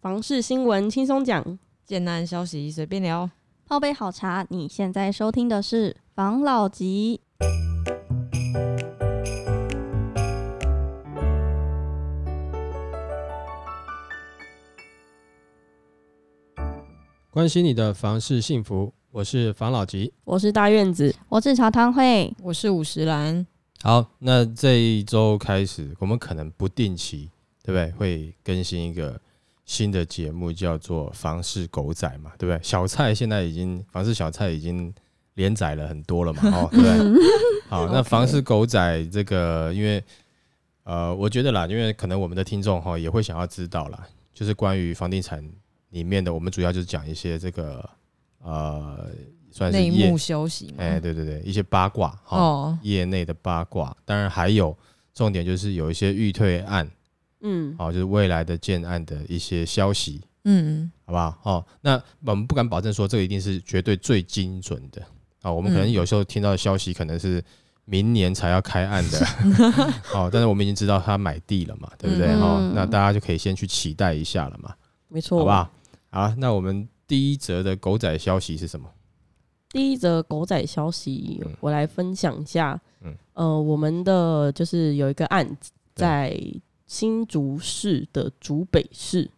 房事新闻轻松讲，简单消息随便聊。泡杯好茶，你现在收听的是《防老集》。关心你的房事幸福，我是房老吉。我是大院子，我是茶汤会，我是五十岚，好，那这一周开始，我们可能不定期，对不对？会更新一个新的节目，叫做《房事狗仔》嘛，对不对？小蔡现在已经房事小蔡已经连载了很多了嘛，哦，对 不对？好，那 OK 房事狗仔这个，因为呃，我觉得啦，因为可能我们的听众哈、哦也会想要知道啦，就是关于房地产里面的，我们主要就是讲一些这个呃，算是内业幕，休息嘛。哎、对对对，一些八卦哈。哦，业内的八卦，当然还有重点就是有一些预退案，嗯，哦，就是未来的建案的一些消息，嗯，好不好？哦，那我们不敢保证说这个一定是绝对最精准的啊、哦，我们可能嗯有时候听到的消息可能是明年才要开案的，哦，但是我们已经知道他买地了嘛，对不对？嗯哦，那大家就可以先去期待一下了嘛，没错，好不好？好，那我们第一则的狗仔消息是什么？第一则狗仔消息嗯，我来分享一下。嗯呃，我们的就是有一个案子对在新竹市的竹北市，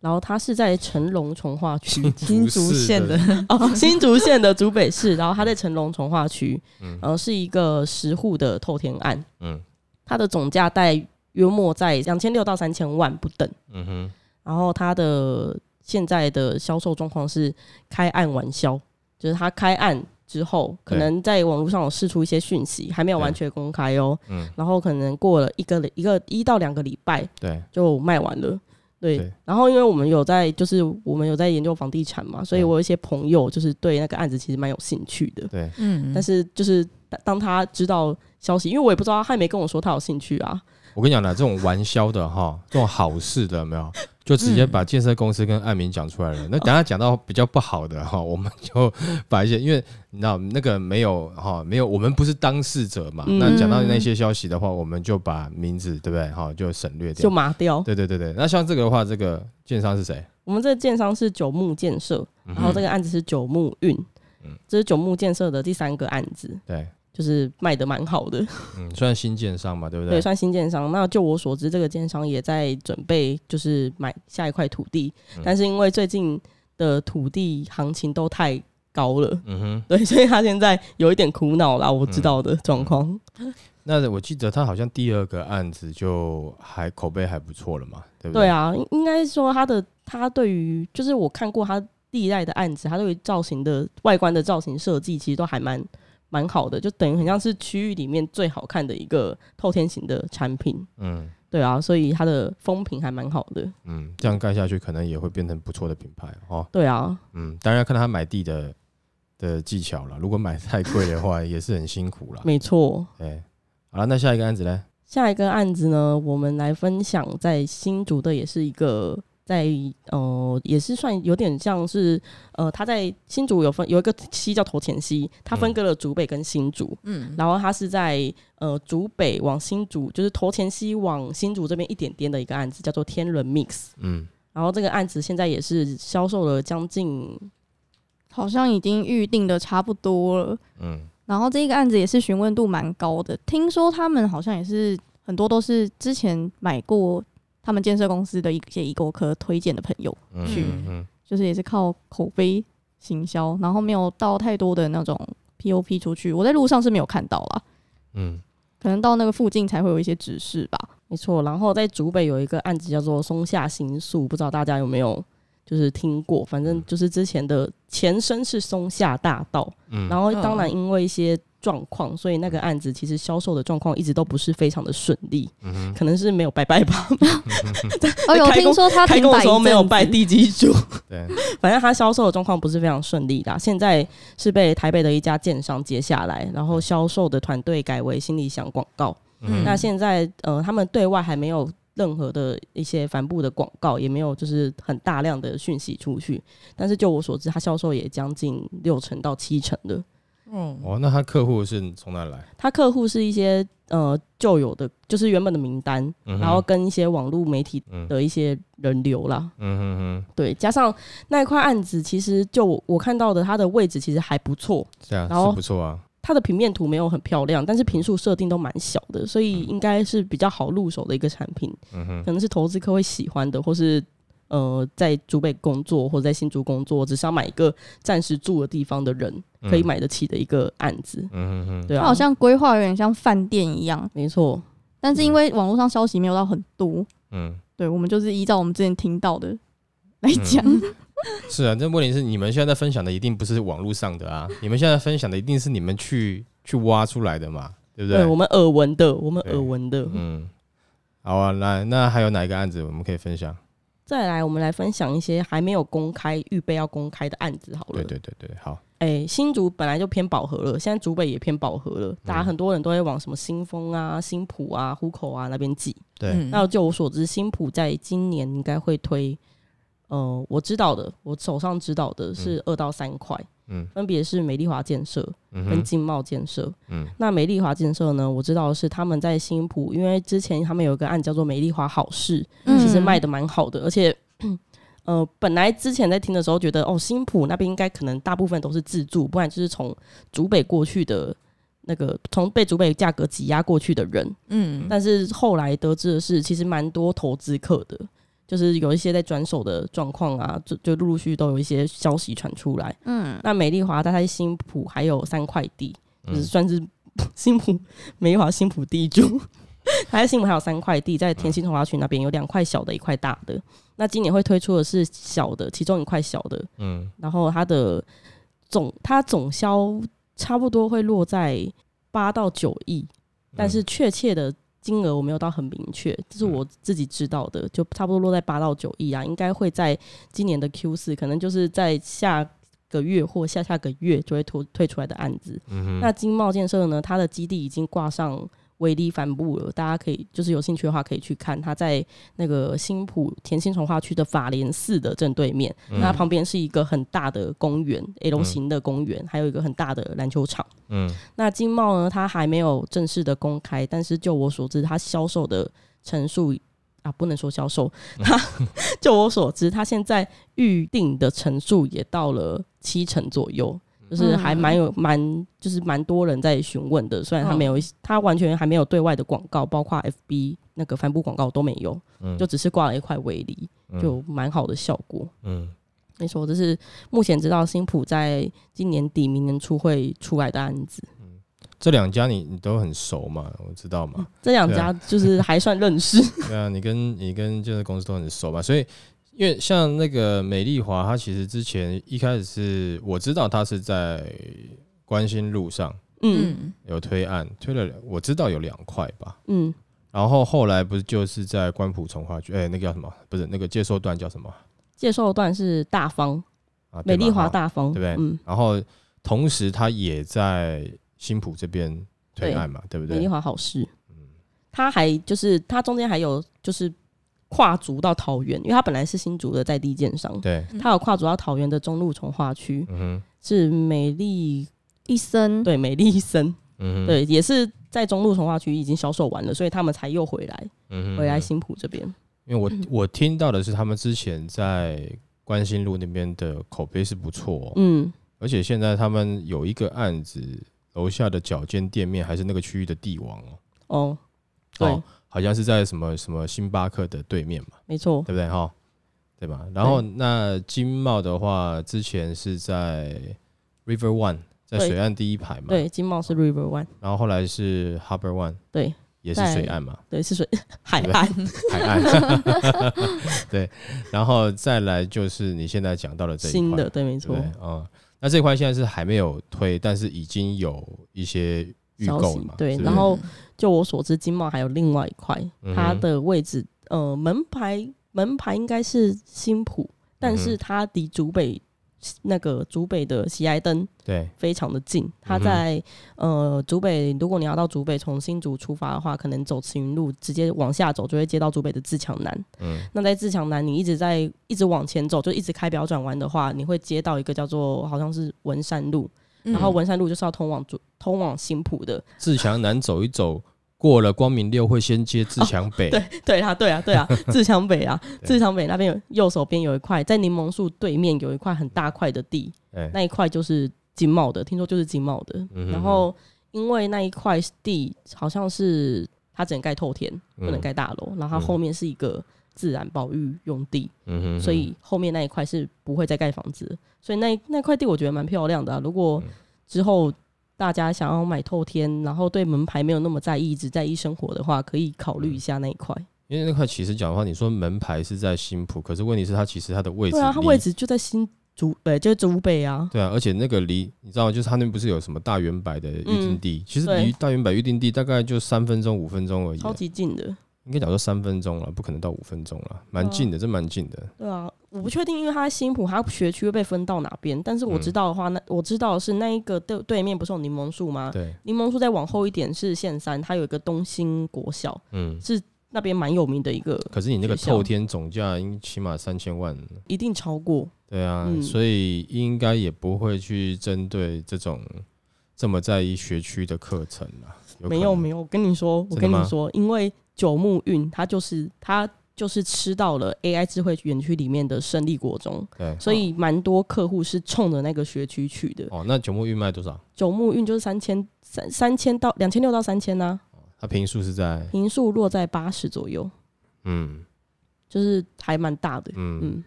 然后它是在成龙从化区新竹竹市县的的 哦，新竹县的竹北市，然后它在成龙从化区，嗯呃，是一个十户的透天案，嗯它的总价带约莫在两千六到三千万不等，嗯哼，然后它的现在的销售状况是开案完销，就是它开案之后，可能在网络上有释出一些讯息，还没有完全公开哦，嗯，然后可能过了一个一个一到两个礼拜，对，就卖完了。对，对然后因为我们有在，就是我们有在研究房地产嘛，所以嗯我有一些朋友就是对那个案子其实蛮有兴趣的。对，嗯，但是是就是当当他知道消息，因为我也不知道，他也没跟我说他有兴趣啊。我跟你讲啦，这种玩消的哈，这种好事的有没有，就直接嗯把建设公司跟案名讲出来了。那等下讲到比较不好的哈，我们就把一些，因为你知道那个没有哈，没有，我们不是当事者嘛。嗯那讲到那些消息的话，我们就把名字对不对哈，就省略就掉。麻掉。对对对对，那像这个的话，这个建商是谁？我们这个建商是九木建设，嗯然后这个案子是九木运，嗯这是九木建设的第三个案子，对，就是卖的蛮好的，嗯，算新建商嘛，对不对，对？算新建商。那就我所知，这个建商也在准备就是买下一块土地，嗯但是因为最近的土地行情都太高了。嗯哼，对，所以他现在有一点苦恼啦，我嗯知道的状况。那我记得他好像第二个案子就还口碑还不错了嘛，对不对啊，应应该说他的他对于就是我看过他历代的案子，他对于造型的外观的造型设计其实都还蛮蛮好的，就等于很像是区域里面最好看的一个透天型的产品。嗯。对啊，所以它的风评还蛮好的。嗯，这样盖下去可能也会变成不错的品牌哦。对啊，嗯，当然要看他买地的的技巧了。如果买太贵的话， 也是很辛苦啦。没错。对，好了，那下一个案子呢？下一个案子呢，我们来分享在新竹的，也是一个在呃，也是算有点像是呃，它在新竹有分有一个溪叫头前溪，它分嗯割了竹北跟新竹。嗯，然后它是在呃竹北往新竹，就是头前溪往新竹这边一点点的一个案子，叫做天伦 Mix。嗯，然后这个案子现在也是销售了将近，好像已经预定的差不多了。嗯，然后这个案子也是询问度蛮高的，听说他们好像也是很多都是之前买过他们建设公司的一些义购科推荐的朋友，嗯去嗯嗯，就是也是靠口碑行销，然后没有到太多的那种 POP 出去，我在路上是没有看到啦，嗯，可能到那个附近才会有一些指示吧。没错。然后在竹北有一个案子叫做松下新宿，不知道大家有没有就是听过？反正就是之前的前身是松下大道，嗯，然后当然嗯因为一些状况，所以那个案子其实销售的状况一直都不是非常的顺利，嗯哼可能是没有拜拜吧。哦，有开工听说他开停工的摆时候一没有阵拜子，地基主。 对，反正它销售的状况不是非常顺利啦，现在是被台北的一家建商接下来，然后销售的团队改为心理想广告。嗯那现在呃，他们对外还没有任何的一些帆布的广告，也没有就是很大量的讯息出去。但是就我所知，它销售也将近六成到七成的，嗯，哦，那他客户是从哪来？他客户是一些呃旧有的，就是原本的名单，嗯哼然后跟一些网络媒体嗯的一些人流啦，嗯哼哼，对，加上那一块案子，其实就我我看到的，它的位置其实还不错，对啊，然后是不错啊。它的平面图没有很漂亮，但是平数设定都蛮小的，所以应该是比较好入手的一个产品，嗯哼，可能是投资客会喜欢的，或是呃在竹北工作或者在新竹工作，只是要买一个暂时住的地方的人可以嗯。买得起的一个案子，嗯哼哼，对它啊，好像规划有点像饭店一样，没错，但是因为网络上消息没有到很多，嗯，对我们就是依照我们之前听到的来嗯讲，是啊。但问题是，你们现在在分享的一定不是网络上的啊，你们现在分享的一定是你们去去挖出来的嘛，对不对我们耳闻的，我们对耳闻的，嗯，好啊，那那还有哪一个案子我们可以分享？再来我们来分享一些还没有公开、预备要公开的案子好了，对对对对，好，哎、新竹本来就偏饱和了，现在竹北也偏饱和了，大嗯家很多人都会往什么新丰啊、新浦啊、湖口啊那边挤。对，嗯那就我所知，新浦在今年应该会推，呃，我知道的，我手上知道的是二到三块，嗯分别是美丽华建设嗯跟哼，金茂建设。嗯那美丽华建设呢，我知道的是他们在新浦，因为之前他们有一个案叫做美丽华好事，嗯嗯其实卖的蛮好的，而且。 呃，本来之前在听的时候觉得，哦，新浦那边应该可能大部分都是自住，不然就是从竹北过去的那个，从被竹北价格挤压过去的人。嗯，但是后来得知的是，其实蛮多投资客的，就是有一些在转手的状况啊，就就陆陆续续都有一些消息传出来。嗯，那美丽华大概新浦还有三块地，就是嗯算是 新浦梅华新浦地主， 它在新浦还有三块地，在天星童华区那边有两块小的，一块大的。那今年会推出的是小的，其中一块小的，嗯然后它的总它总销差不多会落在八到九亿，但嗯是确切的金额我没有到很明确，这是我自己知道的，就差不多落在八到九亿啊，应该会在今年的 Q 四，可能就是在下个月或下下个月就会推推出来的案子。嗯哼，那金茂建设呢，它的基地已经挂上威力帆布了，大家可以就是有兴趣的话可以去看，它在那个新浦田心从化区的法莲寺的正对面，那它旁边是一个很大的公园，L 嗯型的公园，还有一个很大的篮球场。嗯那金茂呢，它还没有正式的公开，但是就我所知，它销售的陈述啊，不能说销售，它 就我所知，它现在预定的陈述也到了七成左右。就是还蛮有蛮，就是蛮多人在询问的。虽然它没有，它完全还没有对外的广告，包括 FB 那个帆布广告都没有，嗯就只是挂了一块围篱，就蛮好的效果。嗯没错，这是目前知道新浦在今年底、明年初会出来的案子。这两家你你都很熟嘛，我知道嘛，这两啊家就是还算认 识，对啊，你跟你跟建设公司都很熟嘛，所以因为像那个美丽华，它其实之前一开始是我知道它是在关心路上嗯嗯有推案，推了我知道有两块吧，嗯，然后后来不是就是在关埔从化区，哎、那个叫什么？不是那个接收段叫什么介绍段是大方，啊？美对吧丽华哈大方，对不对嗯，然后同时他也在新浦这边推案嘛，对不美丽对？华好事，嗯它还就是它中间还有就是跨足到桃园，因为它本来是新竹的在地建商，对，嗯它有跨足到桃园的中路从化区，嗯哼，是美丽医生，对美丽森，嗯哼，，对，也是在中路从化区已经销售完了，所以他们才又回来嗯哦哼，回来新浦这边，因为我 我听到的是他们之前在关心路那边的口碑是不错、哦，嗯，而且现在他们有一个案子，楼下的脚尖店面还是那个区域的帝王哦，哦，对，哦好像是在什么什么星巴克的对面嘛。没错，对不对哈？对吧？然后那金茂的话，之前是在 River One，在对水岸第一排嘛，对，金茂是 River One，然后后来是 Harbor One，对，也是在水岸嘛，对，是水 海对岸，海岸， 对，然后再来就是你现在讲到的这一块，新的，对，没对不错对，？嗯，那这块现在是还没有推，但是已经有一些预消购息了嘛，对是不是然后就我所知，金茂还有另外一块，嗯哼它的位置呃门牌门牌应该是新浦，但嗯是哼它离竹北那个竹北的喜来登对，非常的近，它嗯哼在、呃竹北，如果你要到竹北从新竹出发的话，可能走慈云路直接往下走就会接到竹北的自强南。嗯那在自强南，你一直在一直往前走，就一直开表转弯的话，你会接到一个叫做好像是文山路，嗯然后文山路就是要通往主通往新浦的。自强南走一走，过了光明六会先接自强北，对对啊，对啊， 对啊，自强北啊，对自强北那边有右手边有一块，在柠檬树对面有一块很大块的地，哎，那一块就是金茂的，听说就是金茂的。嗯哼然后因为那一块地好像是它只能盖透天，嗯不能盖大楼，然后它后面是一个自然保育用地，嗯哼所以后面那一块是不会再盖房子的，所以那那块地我觉得蛮漂亮的啊、如果嗯之后大家想要买透天，然后对门牌没有那么在意，只在意生活的话，可以考嗯虑一下那一块。因为那块其实讲的话，你说门牌是在新浦，可是问题是它其实它的位置对啊，它离位置就在新竹，呃，就是竹北啊。对啊，而且那个离你知道吗？就是它那边不是有什么大圆柏的预定地？其实嗯对离大圆柏预定地大概就三分钟、五分钟而已超啊，级近的，应该讲说三分钟了，不可能到五分钟了，蛮啊近的，这蛮近的。对啊，我不确定，因为它新浦它学区会被分到哪边，但是我嗯知道的话，那我知道的是那一个对对面不是有柠檬树吗？对，柠檬树再往后一点是线山，它有一个东兴国小，嗯。那边蛮有名的一个，可是你那个学校透天总价应起码三千万，一定超过。对啊，嗯所以应该也不会去针对这种这么在意学区的课程啊。没有没有有，我跟你说，我真的跟你吗说，因为九牧运它就是它就是吃到了 AI 智慧园区里面的胜利果中，可能对，所以蛮多客户是冲着那个学区去的。哦，那九牧预卖多少？九牧运就是三千三三千到两千六到三千呢，它平数是在平数落在八十左右，嗯就是还蛮大的。嗯嗯，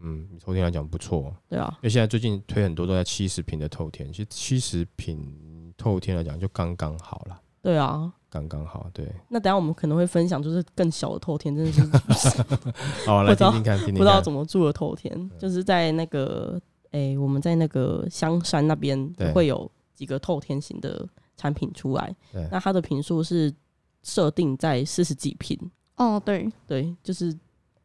嗯，透天来讲不错、哦对啊因，为现在最近推很多都在七十平的透天，其实七十平透天来讲就刚刚好了，对啊。刚刚好。 对，那等一下我们可能会分享，就是更小的透天，真的 是好，不来知听道听看，听听看。嗯不知道怎么住的透天，就是在那个诶、我们在那个香山那边对会有几个透天型的产品出来对，那它的平数是设定在四十几平，哦，对，对，就是地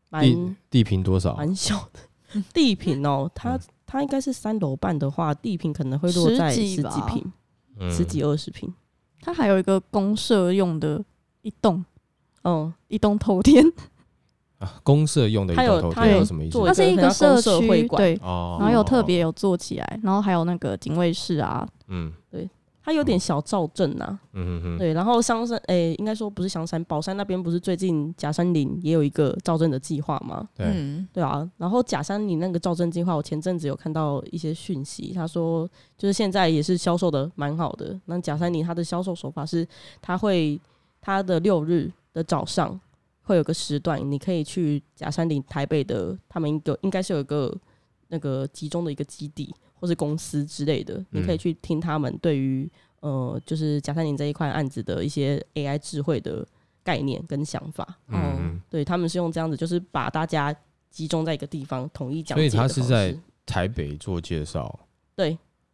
蛮地平多少？蛮小的地平哦，它它应该是三楼半的话，地平可能会落十在十几几吧平、嗯十几二十平，它还有一个公社用的一栋嗯，一栋透 天，啊？公社用的一它有栋透它天有是什么意思做？它是一个社社会区，馆对，哦然后有特，别有做起来，然后还有那个警卫室啊，嗯它有点小造镇呐、嗯嗯嗯，对，然后香山，诶、应该说不是香山，宝山那边不是最近假山林也有一个造镇的计划吗？对，嗯，对啊，然后假山林那个造镇计划，我前阵子有看到一些讯息，他说就是现在也是销售的蛮好的。那假山林它的销售手法是，它会它的六日的早上会有个时段，你可以去假山林台北的，他们有应该是有一个那个集中的一个基地或是公司之类的，你嗯可以去听他们对于呃就是假山林这一块案子的一些 AI 智慧的概念跟想法。哦嗯嗯，对他们是用这样子，就是把大家集中在一个地方，统一讲所以解的他方是式。在台北做介绍。对嗯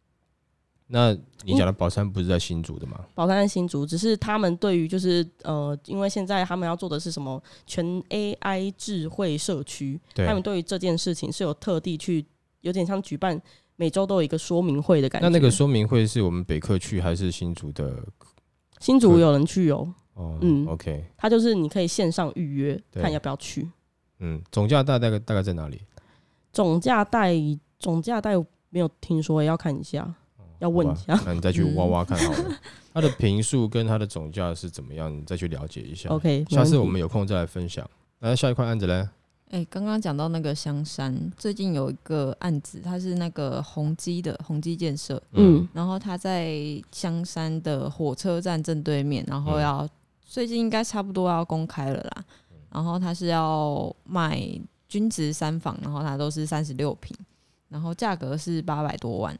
那你讲的宝山不是在新竹的吗？宝山和新竹，只是他们对于就是呃，因为现在他们要做的是什么全 AI 智慧社区，对他，们对于这件事情是有特地去，有点像举办每周都有一个说明会的感觉。那那个说明会是我们北客区还是新竹的？新竹有人去哦，哦，嗯，OK，他就是你可以线上预约，对看要不要去。嗯，总价大大概大概在哪里？总价带总价带没有听说，要看一下，要问一下。哦好吧那你再去挖挖看好嗯了。它的平数跟它的总价是怎么样，你再去了解一下。 OK，没下次问我题们有空再来分享。那下一块案子嘞？哎、刚刚讲到那个香山，最近有一个案子，它是那个宏基的宏基建设，嗯然后它在香山的火车站正对面，然嗯后要、最近应该差不多要公开了啦。然后它是要卖均值三房，然后它都是三十六平，然后价格是八百多万。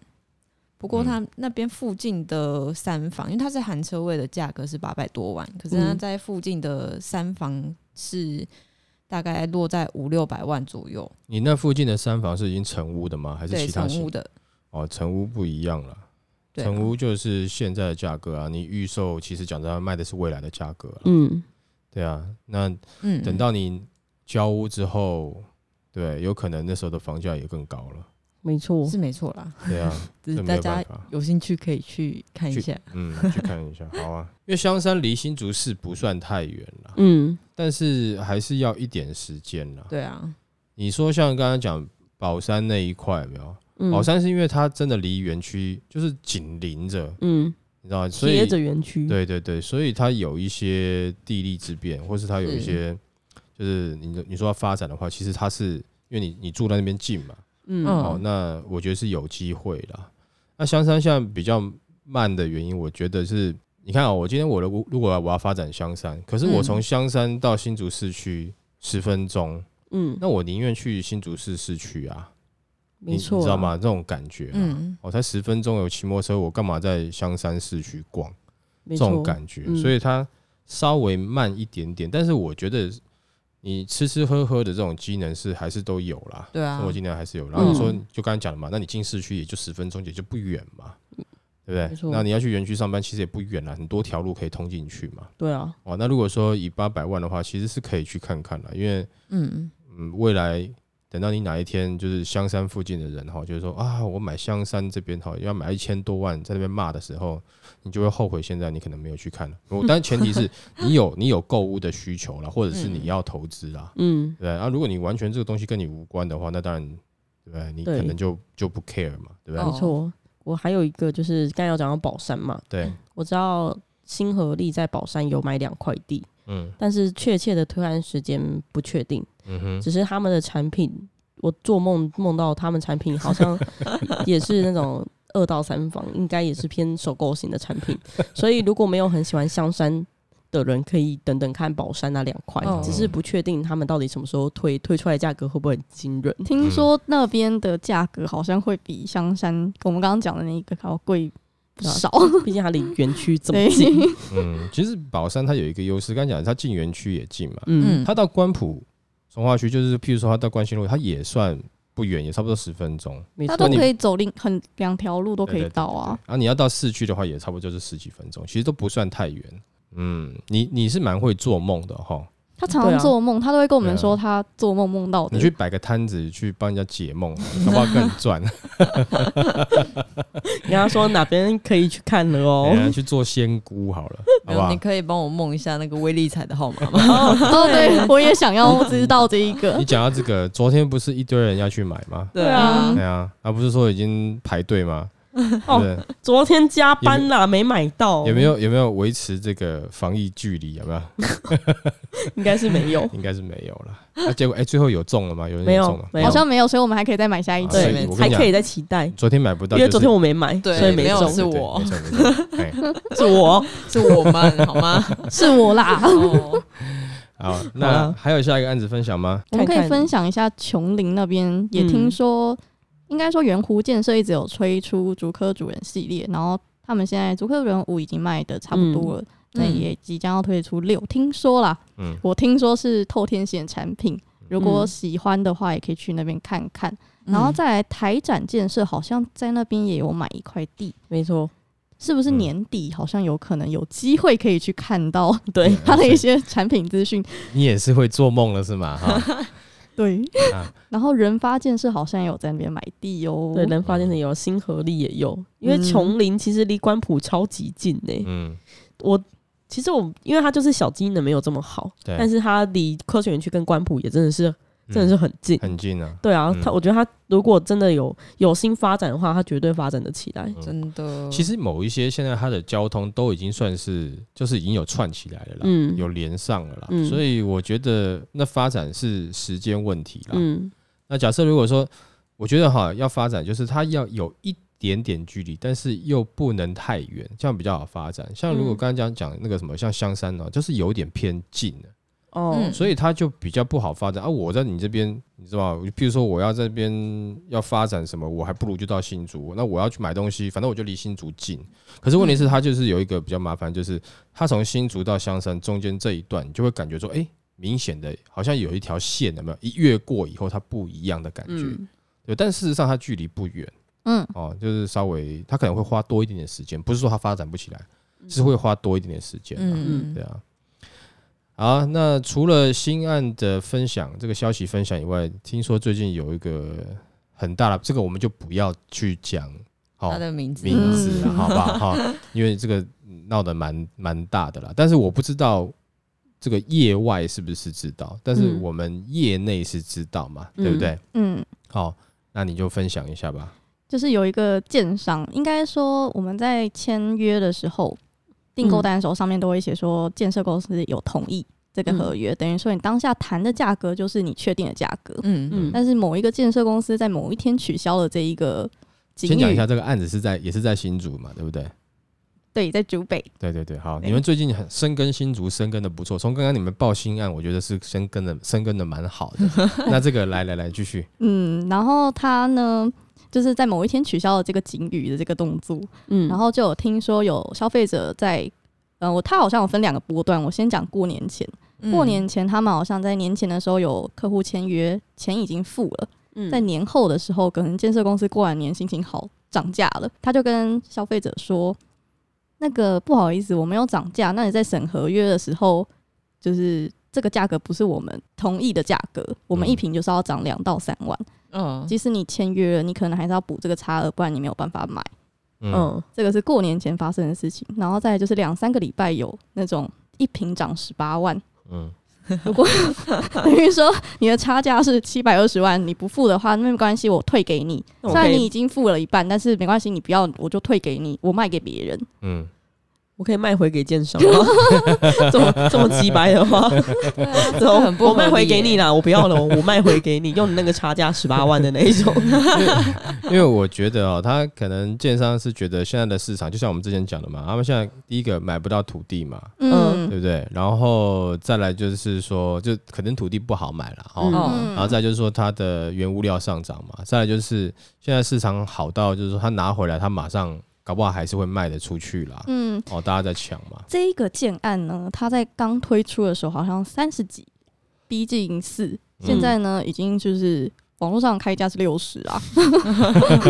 不过嗯它那边附近的三房，因为它是含车位的价格是八百多万，可是它嗯在附近的三房是大概落在五六百万左右，你那附近的三房是已经成屋的吗？还是对，其他成型屋？的，哦，成屋不一样了。对啊，成屋就是现在的价格啊，你预售其实讲真的卖的是未来的价格啊、嗯，对啊，那嗯，等到你交屋之后，对，有可能那时候的房价也更高了。没错，是没错啦，对啊，只 是这没大有家办法有兴趣可以去看一下。嗯，去看一下， 好啊。因为香山离新竹市不算太远了，嗯但是还是要一点时间啦。对啊，你说像刚刚讲宝山那一块有没有？嗯宝山是因为它真的离园区就是紧邻着，嗯，你知道吗？所贴以着园区，对对对，所以它有一些地利之便，或是它有一些就是你你说要发展的话，其实它是因为你你住在那边近嘛，嗯嗯哦，那我觉得是有机会啦。那香山现在比较慢的原因，我觉得是，你看啊、我今天我如如果我要发展香山，可是嗯我从香山到新竹市区十分钟，嗯，那我宁愿去新竹市市区啊，你没错，啊你知道？吗？这种感觉、嗯，嗯，我、才十分钟有骑摩托车，我干嘛在香山市区逛？没这种错，感觉，嗯所以它稍微慢一点点，但是我觉得你吃吃喝喝的这种机能是还是都有啦，对啊生活机能还是有。然后你说嗯就刚才讲的嘛，那你进市区也就十分钟，也就不远嘛，对没不错对？那你要去园区上班，其实也不远啦，啊很多条路可以通进去嘛。对啊，哦，那如果说以八百万的话，其实是可以去看看啦，因为嗯，嗯，未来等到你哪一天就是香山附近的人哈，就是说啊，我买香山这边哈，要买一千多万，在那边骂的时候，你就会后悔现在你可能没有去看了。我但前提是你有你有购物的需求啦，或者是嗯你要投资啦，嗯，对啊，如果你完全这个东西跟你无关的话，那当然对不对？你对哦可能就就不 care 嘛，对不对？没错。我还有一个就是刚才有讲到宝山嘛，对，我知道新合力在宝山有买两块地，嗯但是确切的推案时间不确定，嗯哼，只是他们的产品，我做梦梦到他们产品好 像也是那种二到三房，应该也是偏首购型的产品，所以如果没有很喜欢香山。的人可以等等看宝山那两块，哦只是不确定他们到底什么时候推推出来，价格会不会很惊嗯人？听说那边的价格好像会比香山我们刚刚讲的那一个还要贵不少。啊毕竟它离园区这么 对，近。嗯，其实宝山它有一个优势，刚才讲的它进园区也近嘛，嗯嗯它到关埔从化区，就是譬如说它到关心路，它也算不远，也差不多十分钟。没它错，都可以走另很两条路都可以到啊。对。对对对啊，你要到市区的话，也差不多就是十几分钟，其实都不算太远。嗯，你你是蛮会做梦的哈，他常啊常做梦，他都会跟我们说他做梦梦到的。啊你去摆个摊子去帮人家解梦，搞不好更赚。跟他说哪边可以去看了哦 哦，。去做仙姑好了，好没不有，好你？可以帮我梦一下那个威力彩的号码吗？ 哦，对，我也想要知道这一个你。讲到这个，昨天不是一堆人要去买吗？对啊对啊，啊不是说已经排队 吗？哦对不对，昨天加班啦，没买到，有没？有有没有维持这个防疫距离？有 没有？。应该是 没有应该是没有了。那、结果哎、最后有中了吗？有人没有中了吗？ 哦啊没有好像没有，所以我们还可以再买下一所以只。对我跟还你可讲以，再期待，昨天买不到、因为就是，昨天我没买，对所以没没有中是。我对对没错没错。 哎、是我，是我们好吗？是我 啦。哦，好，好啊那啦还有下一个案子分享吗？我们可看以看分享一下琼林那边，也听说应该说圆湖建设一直有推出竹科主人系列，然后他们现在竹科主人五已经卖的差不多了，那、嗯也即将要推出六。听说啦，嗯我听说是透天险产品，如果嗯喜欢的话，也可以去那边看看。然后再来台展建设，好像在那边也有买一块地，没错，是不是嗯年底好像有可能有机会可以去看到对，啊它的一些产品资讯？你也是会做梦了是吗？ 哈，对，啊 然后人发建设好像也有在那边买地哦。对，人发现的有，新合力也有，因为嗯琼林其实离关埔超级近呢。嗯，我其实我因为它就是小机能没有这么好，对但是它离科学园区跟关埔也真的是真的是嗯很近。很近啊。对啊，嗯他我觉得他如果真的有有心发展的话，他绝对发展得起来。真嗯的，其实某一些现在它的交通都已经算是，就是已经有串起来了啦，嗯有连上了啦，嗯所以我觉得那发展是时间问题啦。嗯，那假设如果说，我觉得哈要发展，就是它要有一点点距离，但是又不能太远，这样比较好发展。像如果嗯刚刚讲讲那个什么，像香山呢，就是有点偏近了，哦，嗯所以它就比较不好发展啊。我在你这边，你知道吗？譬如说我要这边要发展什么，我还不如就到新竹。那我要去买东西，反正我就离新竹近。可是问题是，它就是有一个比较麻烦，就是它从新竹到香山中间这一段，你就会感觉说，哎、明显的好像有一条线，有没有？一越过以后，它不一样的感觉。嗯，对，但事实上它距离不远嗯，哦，就是稍微它可能会花多一点点时间，不是说它发展不起来，是会花多一点点时间、啊。嗯对啊。好，那除了新案的分享这个消息分享以外，听说最近有一个很大的，这个我们就不要去讲好、他的名字，名字了，嗯好不好？哈，因为这个闹得蛮蛮大的啦，但是我不知道这个业外是不是知道，但是嗯我们业内是知道嘛，对不嗯对？嗯，好，那你就分享一下吧。就是有一个建商，应该说我们在签约的时候，订购单的时候上面都会写说建设公司有同意这嗯个合约，等于说你当下谈的价格就是你确定的价格。嗯嗯嗯但是某一个建设公司在某一天取消了这一个警先讲一语下，这个案子是在也是在新竹嘛，对不对？对，在竹北，对对对，好，对你们最近很深耕新竹，深耕的不错。从刚刚你们报新案，我觉得是深耕的深耕的蛮好的。那这个来来来，继续，嗯，然后他呢，就是在某一天取消了这个警语的这个动作，嗯然后就有听说有消费者在，呃，我他好像有分两个波段，我先讲过年前，嗯过年前他们好像在年前的时候有客户签约，钱已经付了，嗯嗯在年后的时候，可能建设公司过完年心情好，涨价了，他就跟消费者说，那个不好意思，我没有涨价，那你在审合约的时候，就是。这个价格不是我们同意的价格，我们嗯一瓶就是要涨两到三万。嗯即使你签约了，你可能还是要补这个差额，不然你没有办法买。嗯，嗯这个是过年前发生的事情，然后再来就是两三个礼拜有那种一瓶涨十八 万，嗯如果等于说你的差价是七百二十万，你不付的话，那没关系，我退给你。那虽我可以然你已经付了一半，但是没关系，你不要我就退给你，我卖给别人。嗯，我可以卖回给建商 吗？这么这么鸡掰的话，对啊， 怎这个么很不我卖回给你了，啦，我不要了，我卖回给你，用你那个差价十八万的那一 种。因为我觉得哦，他可能建商是觉得现在的市场，就像我们之前讲的嘛，他们现在第一个买不到土地嘛，嗯对不对？然后再来就是说，就可能土地不好买了哦。嗯哦然后再就是说它的原物料上涨嘛，再来就是现在市场好到就是说他拿回来，他马上搞不好还是会卖得出去啦。嗯，哦，大家在抢嘛，这一个建案呢，它在刚推出的时候好像三十几，逼近四，现嗯在呢、已经就是网络上开价是六十啊，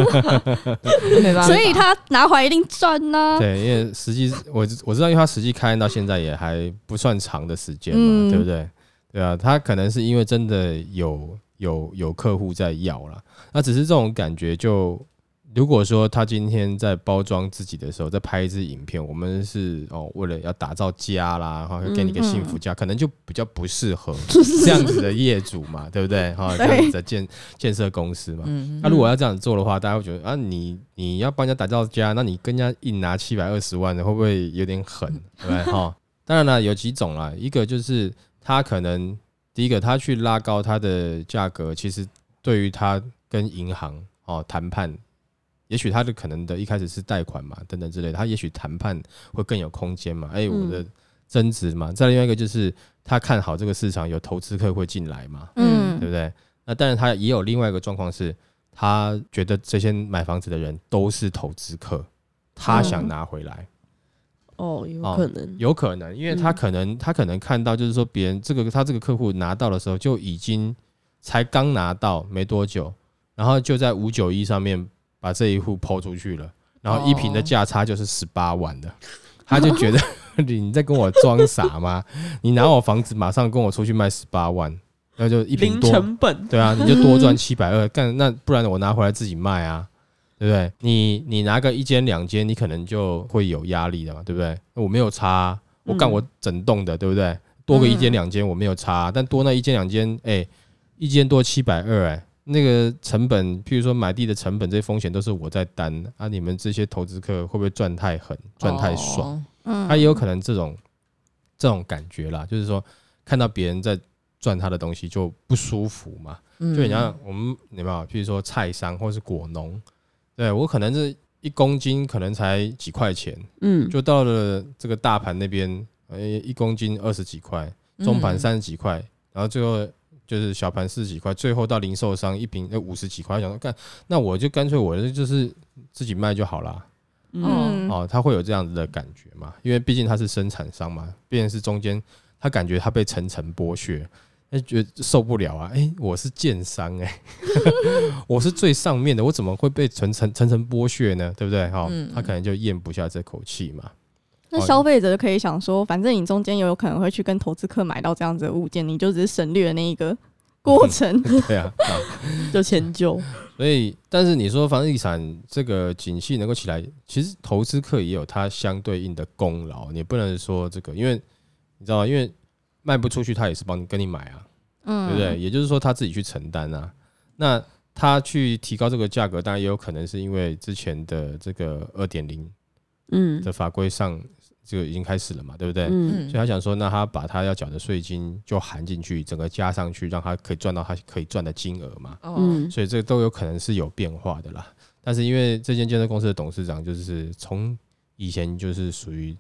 没办法，所以他拿回来一定赚呐、对，因为实际我我知道，因为它实际开案到现在也还不算长的时间嘛，嗯对不对？对啊，它可能是因为真的有有有客户在要啦，那只是这种感觉就。如果说他今天在包装自己的时候，在拍一支影片，我们是哦，为了要打造家啦，然后给你一个幸嗯福家，可能就比较不适合这样子的业主嘛，对不对？哈、这样子的建建设公司嘛，嗯那、如果要这样做的话，大家会觉得啊，你你要帮人家打造家，那你跟人家硬拿七百二十万的，会不会有点狠？对不对？哈，当然了，有几种啦，啊一个就是他可能第一个他去拉高他的价格，其实对于他跟银行哦谈判，也许他的可能的一开始是贷款嘛，等等之类的，他也许谈判会更有空间嘛。哎、我的增值嘛。再另外一个就是他看好这个市场有投资客会进来嘛。嗯对不对？那但是他也有另外一个状况是，他觉得这些买房子的人都是投资客，他想拿回来，哦，有哦可能，有可能，因为他可能、他可能看到就是说别人这个他这个客户拿到的时候就已经才刚拿到没多久，然后就在五九一上面把这一户抛出去了，然后一瓶的哦价差就是十八万的，他就觉得你在跟我装傻吗？你拿我房子马上跟我出去卖十八万，那就一瓶零多成本。对啊，你就多赚七百二，干那不然我拿回来自己卖啊，对不对？你你拿个一间两间，你可能就会有压力的嘛，对不对？我没有差啊、我干嗯我整栋的，对不对？多个一间两间我没有差啊、但多那一间两间，哎、一间多七百二，哎，那个成本，譬如说买地的成本，这些风险都是我在担啊。你们这些投资客会不会赚太狠，赚太爽？，哦嗯，他也有可能这种这种感觉啦，就是说看到别人在赚他的东西就不舒服嘛。嗯就你像我们有没有，譬如说菜商或是果农，对我可能是一公斤可能才几块钱，嗯，就到了这个大盘那边，呃，一公斤二十几块，嗯中盘三十几块，然后最后就是小盘四十几块，最后到零售商一瓶呃五十几块，想说干，那我就干脆我就是自己卖就好啦。嗯哦，他会有这样子的感觉嘛？因为毕竟他是生产商嘛，毕竟是中间，他感觉他被层层剥削，他觉得受不了啊！哎、我是建商哎、 我是最上面的，我怎么会被层层层层剥削呢？对不对？哈、嗯他可能就咽不下这口气嘛。 那哦消费者就可以想说，反正你中间有可能会去跟投资客买到这样子的物件，你就只是省略了那一个过程。对啊，啊嗯就迁就，所以，但是你说房地产这个景气能够起来，其实投资客也有它相对应的功劳，你不能说这个，因为你知道吗？因为卖不出去，他也是帮你跟你买啊。嗯 对不对？？也就是说他自己去承担啊。那它去提高这个价格，当然也有可能是因为之前的这个二点零嗯的法规上就已经开始了嘛，对不对？嗯所以他想说，那他把他要缴的税金就含进去，整个加上去，让他可以赚到他可以赚的金额嘛。哦，嗯所以这都有可能是有变化的啦。但是因为这间建设公司的董事长就是从以前就是属于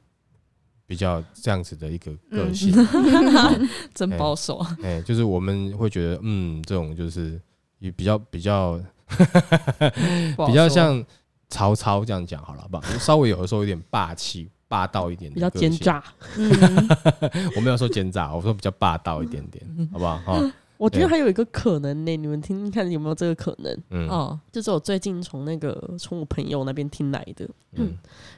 比较这样子的一个个性，嗯真保守，啊哎、就是我们会觉得，嗯，这种就是也比较比较不好比说较像曹操这样讲好了吧，稍微有的时候有点霸气、霸道一点的，比较奸。诈。嗯，我没有说奸诈，我说比较霸道一点点，好不好？哈，我觉得对还有一个可能呢、你们听听看有没有这个可能？嗯哦，就是我最近从那个从我朋友那边听来的，嗯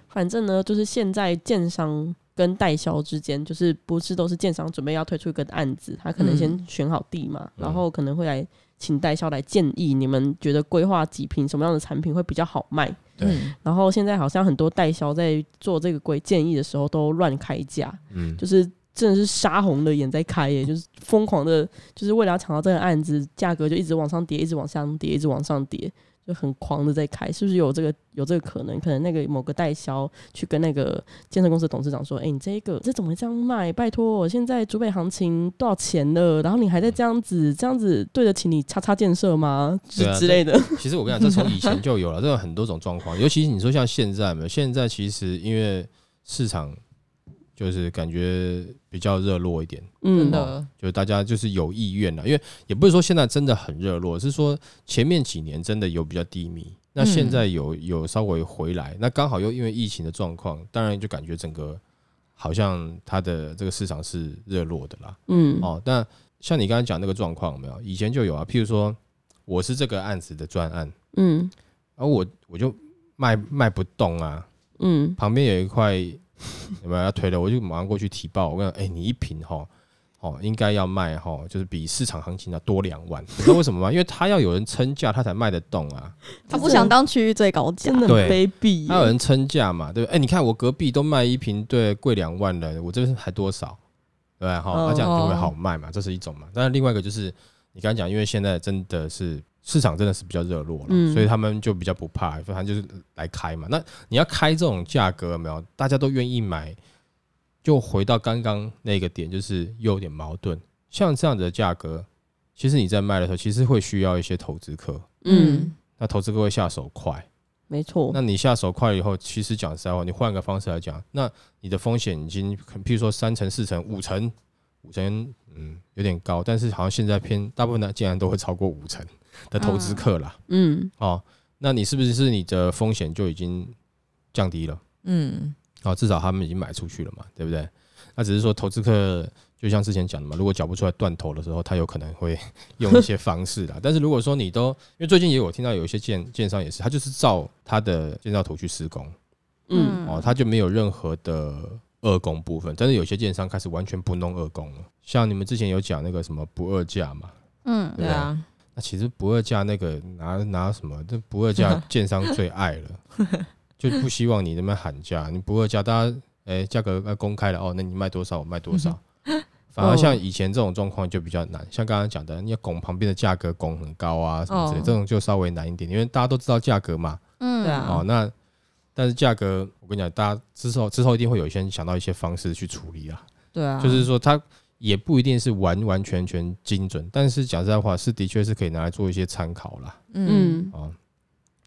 反正呢，就是现在建商跟代销之间，就是不是都是建商准备要推出一个案子，他可能先选好地嘛，嗯然后可能会来请代销来建议你们觉得规划几平什么样的产品会比较好卖。对嗯然后现在好像很多代销在做这个规建议的时候都乱开价，嗯，就是真的是杀红了眼在开耶，就是疯狂的，就是为了要抢到这个案子，价格就一直往上叠，一直往上叠，一直往上叠，就很狂的在开，是不是有这个有这个可能？可能那个某个代销去跟那个建设公司的董事长说：“哎、你这个这怎么会这样卖？拜托，现在主北行情多少钱了？然后你还在这样子，这样子对得起你叉叉建设吗？之、对啊之类的。其实我跟你讲，这从以前就有了，这有很多种状况，尤其是你说像现在嘛，现在其实因为市场就是感觉比较热络一点，嗯，真的，就是大家就是有意愿啊了，因为也不是说现在真的很热络，是说前面几年真的有比较低迷，那现在有有稍微回来，那刚好又因为疫情的状况，当然就感觉整个呃好像它的这个市场是热络的啦。嗯，哦，那像你刚才讲那个状况有没有？以前就有啊，譬如说我是这个案子的专案，嗯，而我我就卖卖不动啊，嗯，旁边有一块 有没有要推的，我就马上过去提报。我跟你讲，哎、你一瓶哈，哦，应该要卖哈，就是比市场行情要多两万。你知道为什么吗？因为他要有人撑价，他才卖得动啊。他不想当区域最高价真，的很对卑鄙耶。他有人撑价嘛，对不对？哎、你看我隔壁都卖一瓶，对，贵两万了，我这边还多少？对不对哈，哦那、这样就会好卖嘛，这是一种嘛。但是另外一个就是你刚才讲，因为现在真的是市场真的是比较热络了，嗯所以他们就比较不怕，反正就是来开嘛。那你要开这种价格有没有？大家都愿意买，就回到刚刚那个点，就是又有点矛盾。像这样子的价格，其实你在卖的时候，其实会需要一些投资客，嗯，那投资客会下手快。没错。那你下手快以后，其实讲实在话，你换个方式来讲，那你的风险已经，譬如说三成、四成、五成，五成，嗯，有点高，但是好像现在偏大部分的竟然都会超过五成的投资客啦。嗯，哦，那你是不是是你的风险就已经降低了？嗯哦，至少他们已经买出去了嘛，对不对？那只是说投资客就像之前讲的嘛，如果缴不出来断头的时候，他有可能会用一些方式啦。但是如果说你都，因为最近也有听到有一些建建商也是，他就是照他的建造图去施工嗯，哦，他就没有任何的二工部分。但是有些建商开始完全不弄二工了，像你们之前有讲那个什么不二价嘛，嗯对对啊，那其实不二价那个拿拿什么？这不二价建商最爱了，就不希望你那边喊价。你不二价，大家哎价、格要公开了哦，那你卖多少我卖多少。反而像以前这种状况就比较难，像刚刚讲的，你要拱旁边的价格拱很高啊什么之类，哦这种就稍微难一点，因为大家都知道价格嘛。嗯对啊哦，那但是价格，我跟你讲，大家之后之后一定会有一些人想到一些方式去处理啊。对啊，就是说它也不一定是完完全全精准，但是讲实在话，是的确是可以拿来做一些参考啦。嗯嗯，啊、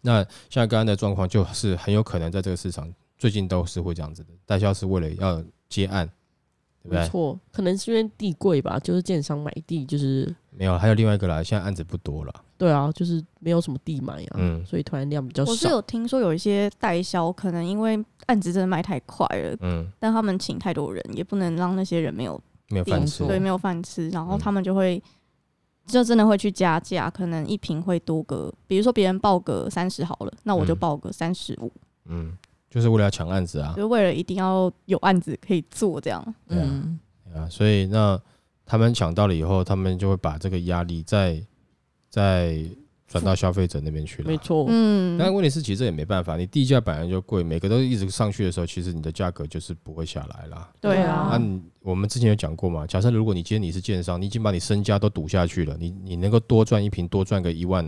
那像刚刚的状况，就是很有可能在这个市场最近都是会这样子的，代销是为了要接案，对不没对？错，可能是因为地贵吧，就是建商买地就是没有，还有另外一个啦，现在案子不多了，对啊，就是没有什么地买啊，嗯所以突然量比较我是少。有听说有一些代销，可能因为案子真的卖太快了，嗯，但他们请太多人，也不能让那些人没有没有饭吃哦，对没有饭吃，然后嗯他们就会就真的会去加价，可能一瓶会多个，比如说别人报个三十好了，那我就嗯报个三十五，嗯，就是为了要抢案子啊，就为了一定要有案子可以做这样。对啊嗯对啊，所以那他们抢到了以后，他们就会把这个压力再再转到消费者那边去了，啊没错，嗯，但问题是，其实这也没办法，你地价本来就贵，每个都一直上去的时候，其实你的价格就是不会下来啦。对那、啊啊、，你我们之前有讲过嘛，假设如果你今天你是建商，你已经把你身家都赌下去了，你你能够多赚一平，多赚个一万，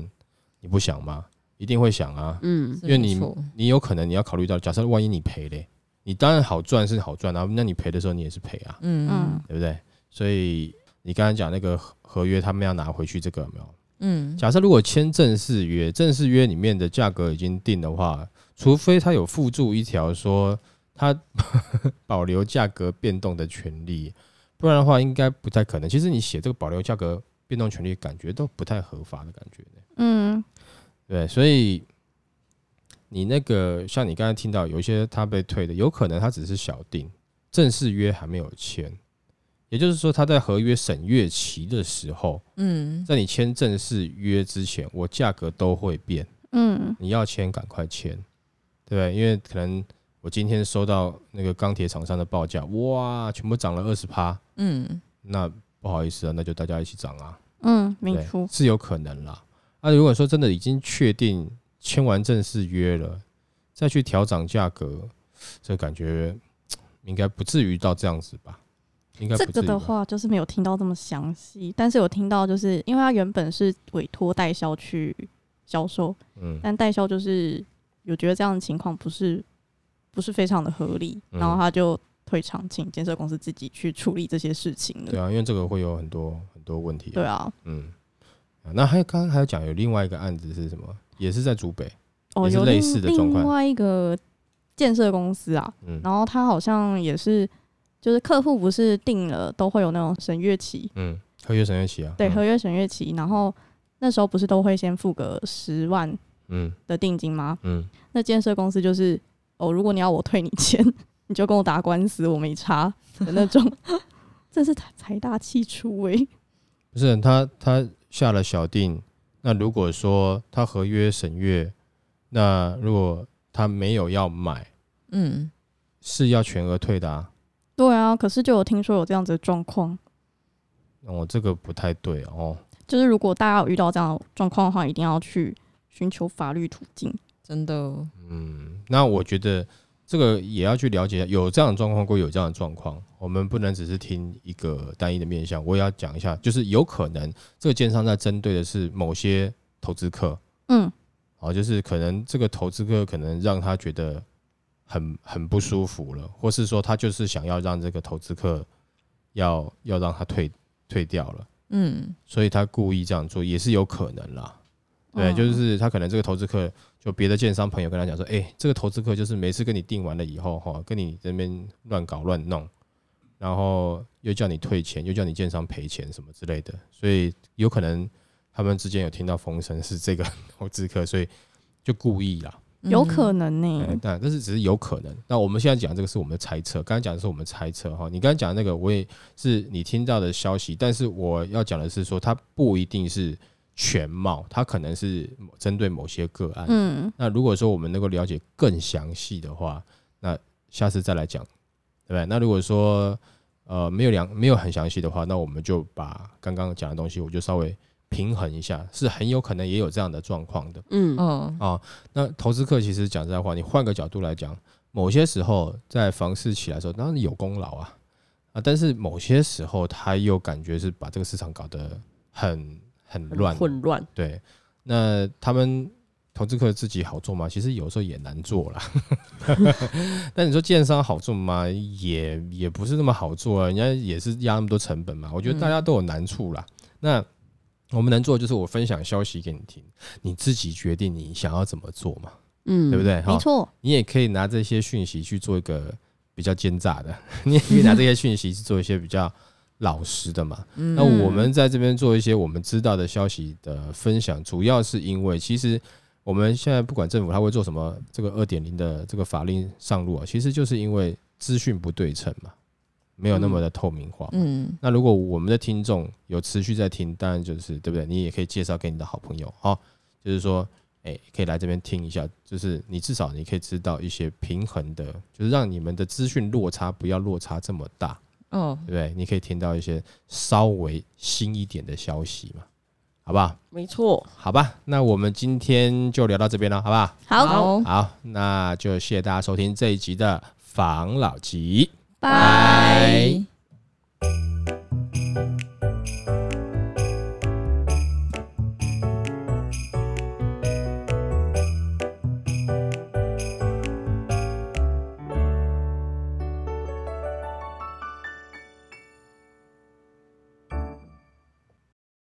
你不想吗？一定会想啊，嗯是因为没你错你有可能你要考虑到，假设万一你赔嘞，你当然好赚是好赚啊，那你赔的时候你也是赔啊，嗯对不对？所以你刚才讲那个合合约，他们要拿回去这个有没有？嗯假设如果签正式约，正式约里面的价格已经定的话，除非他有附注一条说他 保留价格变动的权利，不然的话应该不太可能。其实你写这个保留价格变动权利，感觉都不太合法的感觉呢。嗯，对，所以你那个像你刚才听到有一些他被退的，有可能他只是小定，正式约还没有签，也就是说他在合约审阅期的时候，嗯在你签正式约之前，我价格都会变。嗯你要签赶快签，对不对？因为可能我今天收到那个钢铁厂商的报价，哇，全部涨了二十趴，嗯那不好意思啊，那就大家一起涨啊，嗯，对没错，是有可能啦。那、如果说真的已经确定签完正式约了，再去调涨价格，这感觉应该不至于到这样子吧？应该这不至个于的吧。话就是没有听到这么详细，但是有听到就是因为他原本是委托代销去销售，嗯但代销就是有觉得这样的情况不是不是非常的合理，嗯然后他就退场，请建设公司自己去处理这些事情对了。啊，因为这个会有很多很多问题、啊。对啊，嗯，啊那还有刚刚还有讲有另外一个案子是什么？也是在竹北，哦，也是有类另似的状况另外一个建设公司啊，嗯然后他好像也是，就是客户不是定了都会有那种审阅期，嗯，合约审阅期啊，对，嗯合约审阅期，然后那时候不是都会先付个十万嗯的定金吗？嗯那建设公司就是哦，如果你要我退你钱， 你就跟我打官司，我没差的那 种，这是财财大气粗欸诶、不是他他下了小定，那如果说他合约审阅，那如果他没有要买，嗯，是要全额退的啊。对啊，可是就有听说有这样子的状况，哦，这个不太对哦。就是如果大家有遇到这样的状况的话，一定要去寻求法律途径。真的，哦嗯，那我觉得这个也要去了解，有这样的状况过，有这样的状况，我们不能只是听一个单一的面向，我也要讲一下，就是有可能这个建商在针对的是某些投资客，嗯啊，就是可能这个投资客可能让他觉得很很不舒服了，或是说他就是想要让这个投资客要要让他退退掉了，嗯所以他故意这样做也是有可能啦。对，嗯就是他可能这个投资客就别的建商朋友跟他讲说，哎、这个投资客就是每次跟你定完了以后哈，跟你这边乱搞乱弄，然后又叫你退钱，又叫你建商赔钱什么之类的，所以有可能他们之间有听到风声是这个 投资客，所以就故意啦。嗯有可能欸呢、哎但但是只是有可能。那我们现在讲这个是我们的猜测，刚才讲的是我们猜测哈。你刚才讲的那个我也是你听到的消息，但是我要讲的是说，它不一定是全貌，它可能是针对某些个案。嗯，那如果说我们能够了解更详细的话，那下次再来讲，对不对？那如果说呃没有良没有很详细的话，那我们就把刚刚讲的东西，我就稍微平衡一下，是很有可能也有这样的状况的。嗯嗯啊、那投资客其实讲实在话，你换个角度来讲，某些时候在房市起来的时候，当然有功劳啊啊，但是某些时候他又感觉是把这个市场搞得很很乱很，混乱，对，那他们投资客自己好做吗？其实有时候也难做啦。 但你说建商好做吗？也也不是那么好做啊，人家也是压那么多成本嘛。我觉得大家都有难处啦。那我们能做的就是我分享消息给你听，你自己决定你想要怎么做嘛，嗯，对不？对？没哈，错，你也可以拿这些讯息去做一个比较奸诈的， 你也可以拿这些讯息去做一些比较老实的嘛。嗯，那我们在这边做一些我们知道的消息的分享，主要是因为其实我们现在不管政府它会做什么，这个二点零的这个法令上路啊，其实就是因为资讯不对称嘛，没有那么的透明化。嗯那如果我们的听众有持续在听，当然就是对不对？你也可以介绍给你的好朋友哦，就是说，哎、可以来这边听一下，就是你至少你可以知道一些平衡的，就是让你们的资讯落差不要落差这么大。哦对不对？你可以听到一些稍微新一点的消息嘛，好不好？没错。好吧，那我们今天就聊到这边了，好不好？好，好，好，那就谢谢大家收听这一集的防老集。拜。拜。